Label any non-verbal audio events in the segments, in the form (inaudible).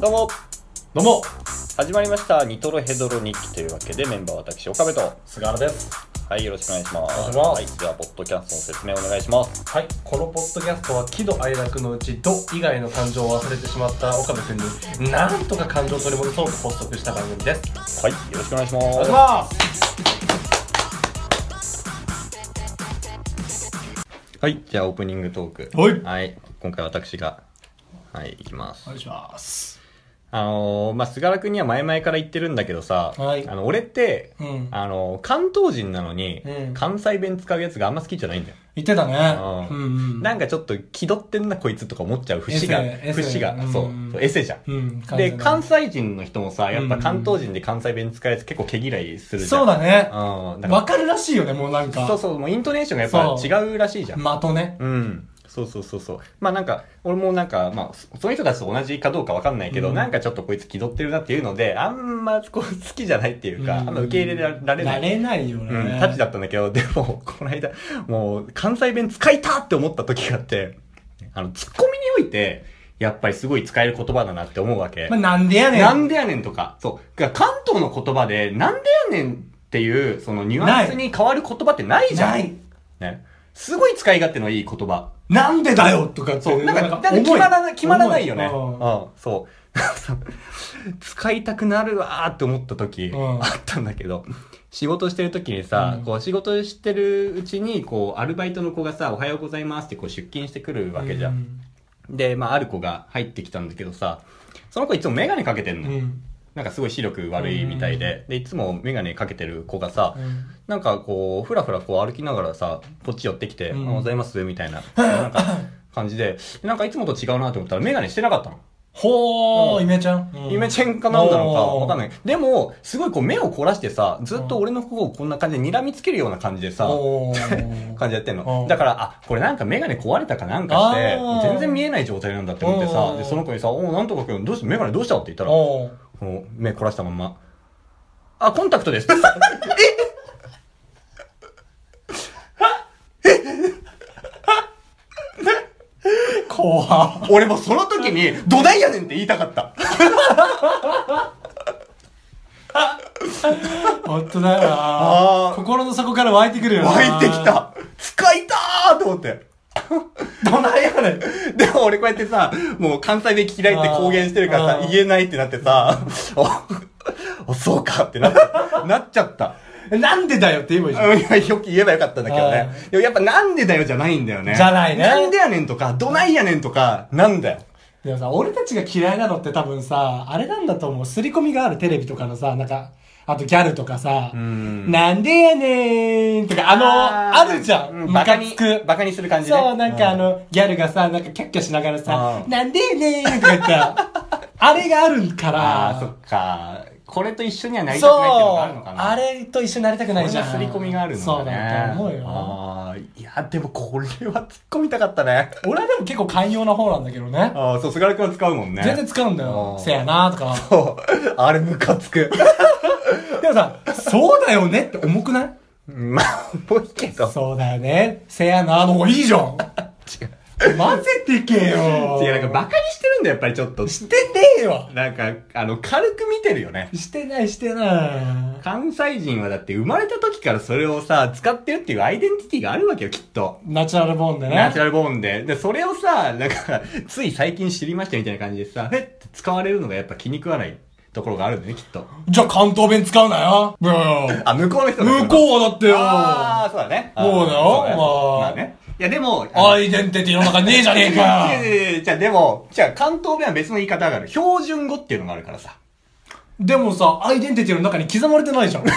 どうもどうも始まりました「ニトロヘドロ日記」というわけでメンバーは私岡部と菅原ですはいよろしくお願いしおます願いしますはい、ではポッドキャストの説明お願いしますはいこのポッドキャストは喜怒哀楽のうち「ど」以外の感情を忘れてしまった岡部君になんとか感情を取り戻そうと発足した番組ですはいよろしくお願いしますお願いしますはいじゃあオープニングトークはい今回私がはいいきます、お願いしますあのーまあ菅原君には前々から言ってるんだけどさ、はいあの俺って、うんあのー関東人なのに、うん関西弁使うやつがあんま好きじゃないんだよ言ってたねうんうんなんかちょっと気取ってんなこいつとか思っちゃう節がエセエセ節が、うんそうそうエセじゃんうんで、関西西人の人もさ、やっぱうん関東人で関西弁使うやつ結構毛嫌いするじゃん。そうだね。うん。だわかるらしいよね、もうなんそうか。そう、もうイントネーションがやっぱ違うらしいじゃん。まとね。うん。そうそうそうそう。まあなんか、俺もなんか、まあ、そその人たちと同じかどうかわかんないけど、うんなんかちょっとこいつ気取ってるなっていうので、あんまこう好きじゃないっていうか、うんあんま受け入れられな。ないれないようん、ね。タッチだったんだけど、でも、この間、もう、関西弁使いたって思った時があって、あの、ツッコミにおいて、やっぱりすごい使える言葉だなって思うわけ。まあ、なんでやねん。 (laughs) なんでやねんとか、そう。だから関東の言葉で、なんでやねんっていう、そのニュアンスに変わる言葉ってないじゃん。ない。ね。すごい使い勝手のいい言葉。なんでだよとかって。そう。なんか、なんか重い決まらない、決まらないよね。重いうんうん、そう。 (laughs) 使いたくなるわーって思った時、うんあったんだけど、仕事してる時にさ、うんこう仕事してるうちに、こう、アルバイトの子がさ、おはようございますってこう出勤してくるわけじゃ。うんん。で、まあ、ある子が入ってきたんだけどさ、その子いつもメガネかけてんのよ。うん。なんかすごい視力悪いみたいで、で、いつもメガネかけてる子がさ、うんなんかこう、ふらふらこう歩きながらさ、こっち寄ってきて、うんおはようございます、みたいな、なんか感じで、でなんかいつもと違うなと思ったらメガネしてなかったの。ほうー、んイメちゃん。うんイメチェンかなんだろうか、おーわかんない。でも、すごいこう目を凝らしてさ、ずっと俺の方をこんな感じで睨みつけるような感じでさ、おー (laughs) 感じやってんうの。んだから、あ、これなんかメガネ壊れたかなんかしてあー、全然見えない状態なんだって思ってさう、んでその子にさ、おうなんとか君、どうしてメガネどうしたって言ったら、おーこの目凝らしたまんま。あ、コンタクトです。え怖っ (laughs) 俺もその時に、土台やねんって言いたかった。ほんとだよあーな心の底から湧いてくるよな湧いてき。た。使いたーと思 (laughs) って。どないやねん。でも俺こうやってさ、もう関西で聞き嫌いって公言してるからあさ、ー言えないってなって (laughs) さ、お、おそうかってなっなっちゃった。えなんでだよって言えばいいじゃん。うんいやよく言えばよかったんだけどねは。でもやっぱなんでだよじゃないんだよね。じゃないねなんでやねんとか、どないやねんとか、なんだよ。でもさ、俺たちが嫌いなのって多分さ、あれなんだと思う。刷り込みがあるテレビとかのさ、なんか、あとギャルとかさ、んなんでやねーんとか、あの、あるじゃん。バカムカにつく。、バカにする感じね。そう、なんかあうの、ギャルがさ、なんかキャッキャしながらさう、んなんでやねーんとか言っ (laughs) たら、あれがあるかああ、そらっ、か。これと一緒にはなりそたうくないっていうのがあるのかな。あれと一緒になりたくないじゃん。これが刷り込みがあるのそうかね。だと思うよ。ああ、いや、でもこれは突っ込みたかったね。俺はでも結構寛容な方なんだけどね。ああ、そう、菅原くんは使うもんね。全然使うんだよあ。ーせやなーとか。そう。あれムカつく。 (laughs) でもさ、そうだよねって重くないまあ、重いけど。そうだよね。せやな、の方がいいじゃん。違う。混ぜてけよ。違う、なんかバカにしてるんだよ、やっぱりちょっと。してねえわ。なんか、あの、軽く見てるよね。してない、してない。関西人はだって生まれた時からそれをさ、使ってるっていうアイデンティティがあるわけよ、きっと。ナチュラルボーンでね。ナチュラルボーンで。で、それをさ、なんか、つい最近知りましたみたいな感じでさ、えって使われるのがやっぱ気に食わないところがあるんだね、きっと。じゃあ関東弁使うなよ。いやいやあ、向こうの人向こうはだってよ。ああ、そうだね。あーそうだよねまあまあね。いや、でも、アいイデンティティの中ねえじゃねえかやいやいやじゃあでも、じゃあ関東弁は別の言い方がある。標準語っていうのがあるからさ。でもさ、アイデンティティの中に刻まれてないじゃ (laughs) ん。な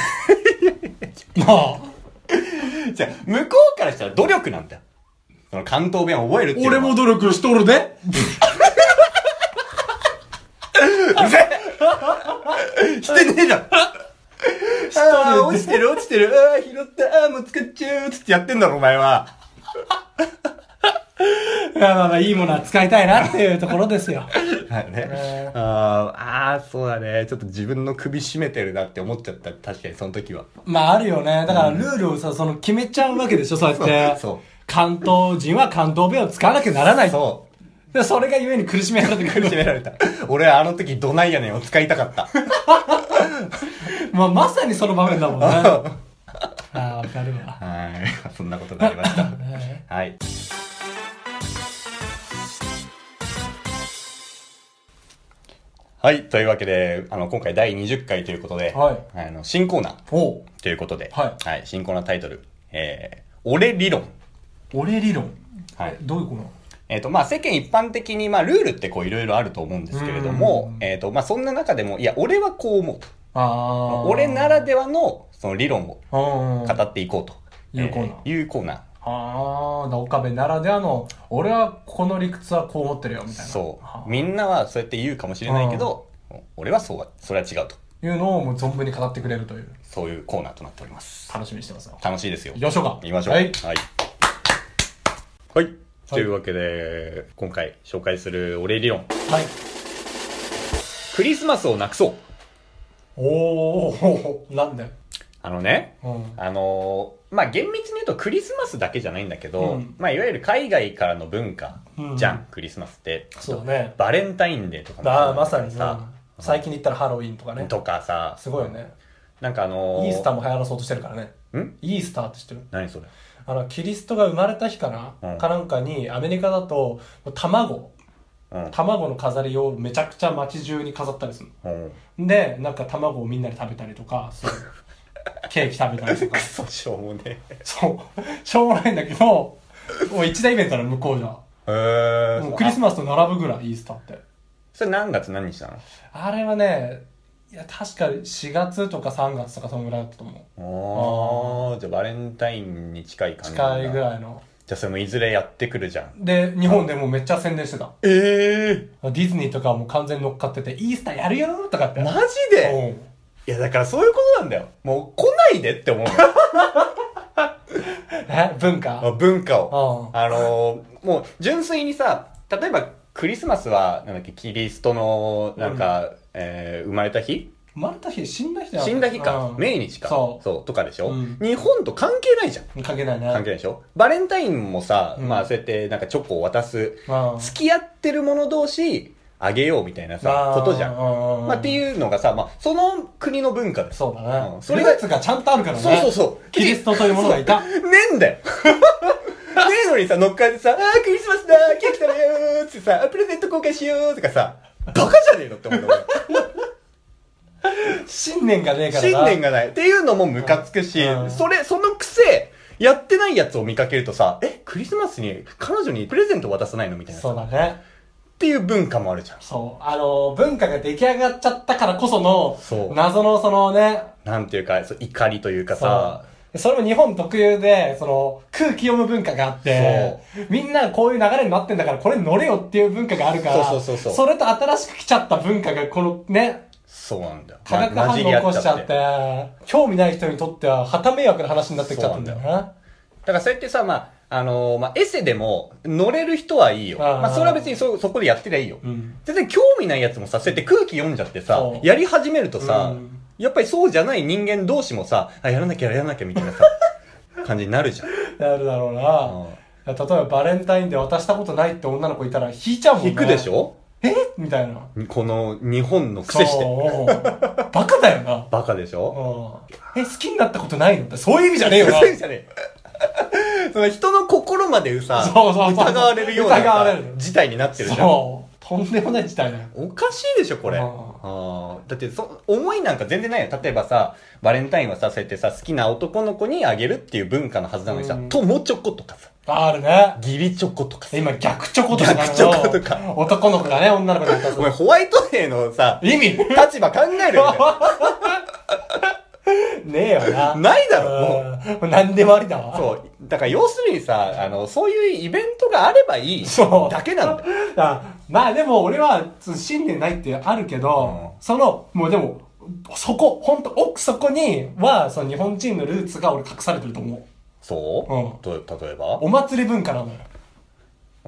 あ。じゃあ、向こうからしたら努力なんだよ。その関東弁を覚えるっていうの俺は。も努力しとる (laughs) で。してねえじゃん。あー落ちてる落ちてる。ああ、拾った。ああー、もう使っちゃう。つってやってんだろ、お前は。いやまあまあいいものは使いたいなっていうところですよ。はいねね。あーあー、そうだね。ちょっと自分の首絞めてるなって思っちゃった。確かに、その時は。まああるよね。だからルールをさ、その決めちゃうわけでしょ、そうやって。そうそう関東人は関東弁を使わなきゃならない。そう。でそれがゆえに苦しめられてく苦し (laughs) る。められた。俺はあの時どないやねんを使いたかった。まあ、まさにその場面だ (laughs) もんね。ああ、わかるわ。はい。そんなことがありました。はい。はい。というわけで、あの、今回第20回ということで、はいあの新コーナーおうということで、は新コーナータイトル、えー、俺理論。俺理論。はい。どういうこのえっ、と、まあ、世間一般的に、まあ、ルールってこう、いろいろあると思うんですけれども、えっ、と、まあ、そんな中でも、いや、俺はこう思うと。ああ。俺ならではの、その理論をうん。語っていこうと。いうコーナーえいうコーナー。ああ、だ岡部ならではの、俺はこの理屈はこう思ってるよ、みたいな。そあう。みんなはそうやって言うかもしれないけど、俺はそうは、それは違うと。ーいうのをもう存分に語ってくれるという、そういうコーナーとなっております。楽しみにしてますよ。楽しいですよ。行きましょうか。行きましょう。はい。はい。はい。というわけで、今回紹介するお礼理論。はい。クリスマスをなくそう。おー、 (laughs) なんだよ。あのね、うん。あのーまあ、厳密に言うとクリスマスだけじゃないんだけど、うんまあ、いわゆる海外からの文化じゃん、うんクリスマスって。そうだね。バレンタインデーとかもああ、まさにささ、、最近で言ったらハロウィンとかね。とかさ、すごいよね。なんかあのイースターーも流行らそうとしてるからね。んイースターって知ってる何それあの、キリストが生まれた日かな、うんかなんかに、アメリカだと、卵、うん。卵の飾りをめちゃくちゃ街中に飾ったりするうんの。で、なんか卵をみんなで食べたりとか、 (laughs) そうケーキ食べたりとかク。ソしょうもねそう。しょうもないんだけど、もう一大イベントなの、向こうじゃ。えー、もうクリスマスと並ぶぐらい、イースターって。それ何月何日なあれはね、いや、確か4月とか3月とかそのぐらいだったと思う。のああじゃあバレンタインに近い感じなんだ近いぐらいの。じゃあそれもいずれやってくるじゃんで、日本でもうめっちゃ宣伝してた。えディズニーとかはもう完全に乗っかってて、イースターやるよーとかって。マジでうんいやだからそういうことなんだよもう来ないでって思うのえ文化あ (laughs) 文化をうあのーもう純粋にさ例えばクリスマスはなんだっけキリストのなんか、えー生まれた日生まれた日、死んだ日じゃ死んだ日か、うん命日かそうとかでしょ、うん日本と関係ないじゃん関係ないね。関係ないでしょバレンタインもさ、うんまあそうやってなんかチョコを渡す、うん付き合ってる者同士あげようみたいなさ、ことじゃん。まあってう。いうのがさ、まあその国の文化です。そうだうんね。そそれれがルーツがちゃんとあるからね。そうそうそうキリストというものがいた。ねえん (laughs) だよねえのにさ、乗っかってさ、あークリスマスだーケーキ食べようっつってさ、あプレゼント交換しようとかさ、バカじゃねえのって思うんだよ。信念がねえから信な。念がない。っていうのもムカつくし、うんそれ、そのくせ、やってないやつを見かけるとさ、え、クリスマスに彼女にプレゼント渡さないのみたいなさ。そうっだね。ていう文化もあるじゃん。そう。あの、文化が出来上がっちゃったからこその、そう謎のそのね、なんていうか、そう怒りというかささ、あ、それも日本特有で、その、空気読む文化があって、みんなこういう流れになってんだから、これに乗れよっていう文化があるから、そうそうそうそうれと新しく来ちゃった文化が、このね、そうなんだよ。化学ま反応混じり合起こしちゃっってて、興味ない人にとっては、旗迷惑な話になってきちゃったんだよそな。だからそうやってさ、まあ、あのーまあ、エセでも、乗れる人はいいよ。あーまあ、それは別にそ、そこでやってりゃいいよ。うん。全然興味ないやつもさ、そうやって空気読んじゃってさそ、うやり始めるとさ、うんやっぱりそうじゃない人間同士もさ、あ、やらなきゃやらなきゃみたいな (laughs) さ、感じになるじゃん。なるだろうな。例えばバレンタインで渡したことないって女の子いたら引いちゃうもんね。引くでしょえみたいな。この日本の癖して。そう。バカだよな。バカでしょうん。え、好きになったことないのって、そういう意味じゃねえよな。そうじゃねえその人の心までさ、そうそうそう疑われるような疑さわれる事態になってるじゃん。そう。とんでもない事態だよ。おかしいでしょ、これ。うんあーだってそ、思いなんか全然ないよ。例えばさ、バレンタインはさ、そうやってさ、好きな男の子にあげるっていう文化のはずなのにさうん、友チョコとかさ、あるね。義理チョコとかさ。今、逆チョコとかなのよ逆チョコとか男の子がね、女の子に渡すお。前、ホワイトデーのさ、(laughs) 意味ね立場考えるよね。えよな。ないだろもううん。もう何でもありだわ。う。そう。だから、要するにさ、あの、そういうイベントがあればいいそうだけなんだよ。あまあでも俺は、信念ないってあるけど、その、もうでも、そこ、ほんと奥底には、その日本人のルーツが俺隠されてると思う。そう、と例えばお祭り文化なのよ。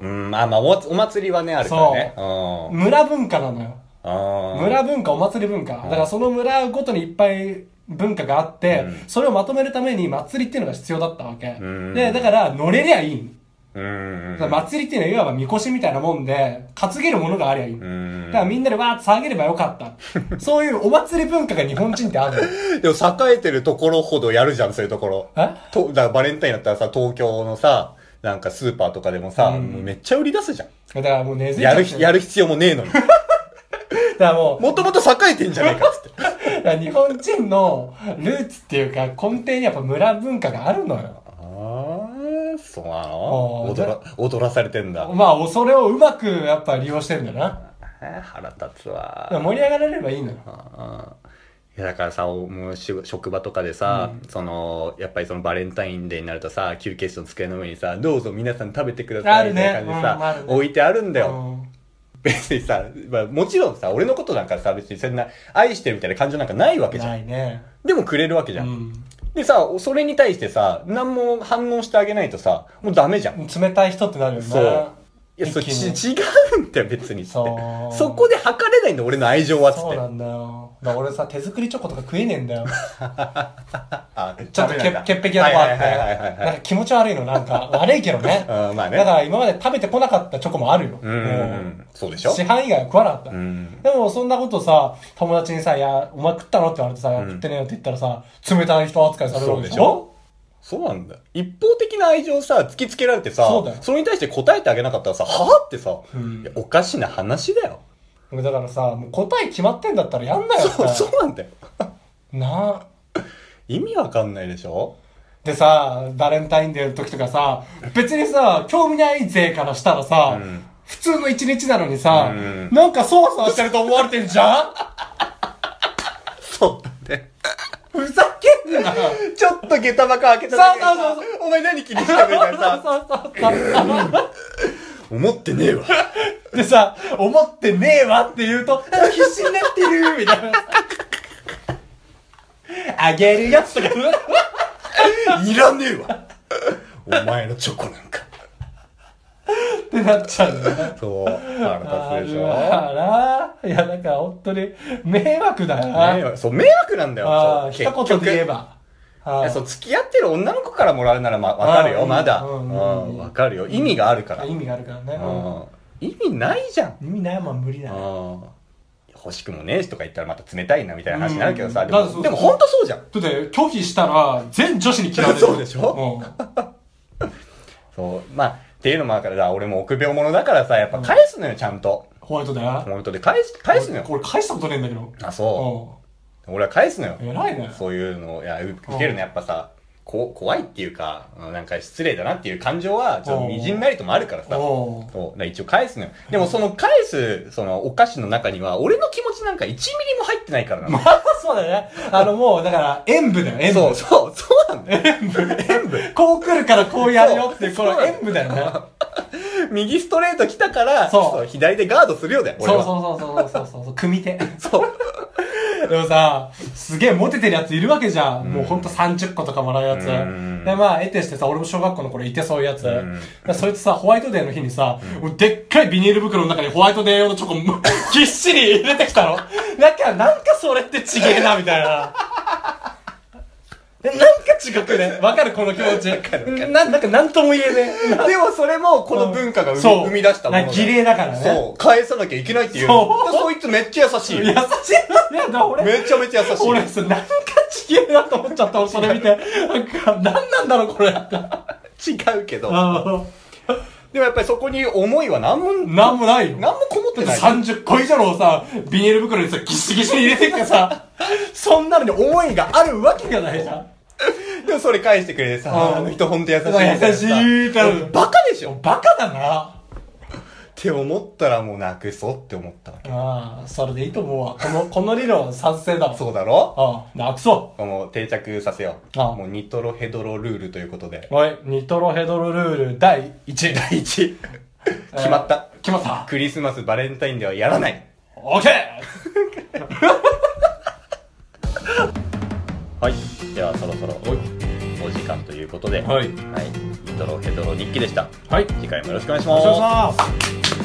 うん、あ、まあ、お祭お祭りはね、あるからね。うん。村文化なのよ。あー村文化、お祭り文化。だからその村ごとにいっぱい文化があって、うんそれをまとめるために祭りっていうのが必要だったわけん。で、だから乗れりゃいいの。うんうんうん。だから祭りっていうのはいわばみこしみたいなもんで、担げるものがありゃいい。うだん。からみんなでわーって騒げればよか (laughs) った。そういうお祭り文化が日本人ってある。でも栄えてるところほどやるじゃん、そういうところ。えと、だからバレンタインだったらさ、東京のさ、なんかスーパーとかでもさ、もうめっちゃ売り出すじゃん。だからもう根付いちゃやってる、やる必要もねえのに。だからもう、もともと栄えてんじゃねえかっつ (laughs) って。だから日本人のルーツっていうか根底にやっぱ村文化があるのよ。あー、そうなのあーじ踊ゃら、踊らされてんだ。まあ、それをうまくやっぱ利用してるんだよな。えー腹立つだわから盛り上がられればいいのよ。あーいやだからさもうし職場とかでさ、そのやっぱりそのバレンタインデーになるとさ休憩室の机の上にさどうぞ皆さん食べてくださあいるみねたいな感じでさ、うんあるね置いてあるんだよ、うん別にさ、まあ、もちろんさ俺のことなんかさ別にそんな愛してるみたいな感情なんかないわけじゃんないね。でもくれるわけじうゃん、ん。でさそれに対してさ何も反応してあげないとさもうダメじゃん冷たい人ってなるよね。そう。いや、それ一気にち違うんだよ、別にっつって。そうそこで測れないんだよ、俺の愛情はっつっそうてな。んだよ。だから俺さ、手作りチョコとか食えねえんだよ。あちょっとダメけなんだ潔癖なとこあって。はいはいはいはいなんか気持ち悪いの、な (laughs) んか。悪いけどね。はいうんまあね。だから今まで食べてこなかったチョコもあるよ。うんうんうん。そうでしょ市販以外は食わなかった。うん。でもそんなことさ、友達にさ、いや、お前食ったのって言われてさ、いやうん食ってねえよって言ったらさ、冷たい人扱いされるわそうでけでししょょそうなんだよ。一方的な愛情をさ、突きつけられてさそうだよ、それに対して答えてあげなかったらさ、はぁってさん、いやおかしな話だよ。だからさ、もう答え決まってんだったらやんなよって。そう、そうなんだよ。なあ。意味わかんないでしょでさ、バレンタインデーの時とかさ、別にさ、興味ない勢からしたらさ、うん普通の一日なのにさ、うんなんか操作してると思われてんじゃんそうなんだよ。ふざけんなそうちょっと下駄箱開けただけでさそうそうお前何気にしてるみたいなさ、そうそうそ (laughs) 思ってねえわ。う。でさ、思ってねえわって言うと、あ必死になってるみたいな。あげるよとか。いらねえわ。お前のチョコなんか。ってなっちゃうんだよ。そう。腹立つでしょ。あら、いや、だから本当に迷惑だ迷な。惑そう、迷惑なんだあよ。あ、そ一う言で言え。ば。結局あいあやそう、付き合ってる女の子からもらうならま、わかるあーよ、まだ。ううんうんん、わかるよ。意味があるから。う意味があるからね。ん意味ないじゃん。意味ないもん無理だな。うん欲しくもねえしとか言ったらまた冷たいなみたいな話になるけどさ、うんでだからそも、うでも本当そうじゃん。だって拒否したら全女子に嫌われる。そうでしょうんそう、まあ、っていうのもあるから、俺も臆病者だからさ、やっぱ返すのよ、ちゃんと。ホワイトだよ。本当で返す、返すのよ。俺返したことねえんだけど。あ、そう。俺は返すのよ。偉いねそういうのを、いや、う受けるのやっぱさ、こ怖いっていうか、うんなんか失礼だなっていう感情は、ちょっとみじんなりともあるからうん。さ。おうそう。だから一応返すのよ。でもその返す、そのお菓子の中には、俺の気持ちなんか1ミリも入ってないからなの。まあ、そうだよね。あのもう、だから演舞だよ、演そう舞。そう、そうなんだよ。全部。こう来るからこうやるよっていう、そこうの演舞だよね。 (laughs) 右ストレート来たから、そうちょっと左でガードするようだよ、 (laughs) 俺そうは。そうそうそうそうそう、組手。そう。 (laughs) でもさ、すげえモテてるやついるわけじゃん。もうほんと30個とかもらうやつ。うんで、まあ、得てしてさ、俺も小学校の頃いてそういうやつ。んだからそいつさ、ホワイトデーの日にさ、もうでっかいビニール袋の中にホワイトデー用のチョコもぎっしり入れてきたの。なんか、なんかそれってちげえな、みたいな。えなんか違くね。わかるこの気持ち。ななんかなんとも言えねえ。でもそれもこの文化が生みそう生み出したものなんか儀礼だからねそう。返さなきゃいけないっていう。そうでそいつめっちゃ優しいよ。優しいな。いや、俺。めちゃめちゃ優しい。俺さ、なんかちげえなと思っちゃ (laughs) った、それ見て。なんか、なんなんだろう、これ。あ違うけど。あでもやっぱりそこに思いは何も、なんもないよ。何もこもってない。 30個以上のさ、ビニール袋にさ、ギシギシに入れてきてさ、そんなのに思いがあるわけがないじゃん。でもそれ返してくれてうんさ、あの人ほんと優しいみたいなさ。優しいってなるバカでしょバカだな。って思ったらもう泣くそうって思ったわけ。ああ、それでいいと思うわ。この、この理論賛成だわ。そうだろああ、なくそもう定着させよう。あもうニトロヘドロルールということで。う。はい、ニトロヘドロルール第第1。1。決まった。決まった。クリスマス、バレンタインではやらない。オッケー (laughs) はい。ではそろそろお時間ということで。はいはい。ニトロヘドロ日記でした。はい。次回もよろしくお願いしおます。願いします。